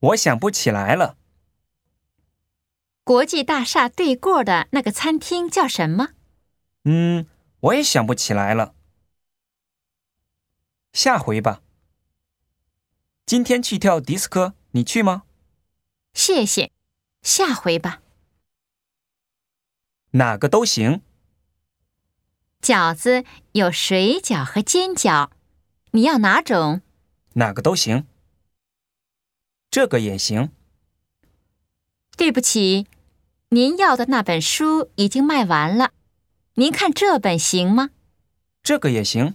我想不起来了。国际大厦对过的那个餐厅叫什么？嗯，我也想不起来了。下回吧。今天去跳迪斯科，你去吗？谢谢，下回吧。哪个都行。饺子有水饺和煎饺，你要哪种？哪个都行，这个也行。对不起，您要的那本书已经卖完了，您看这本行吗？这个也行。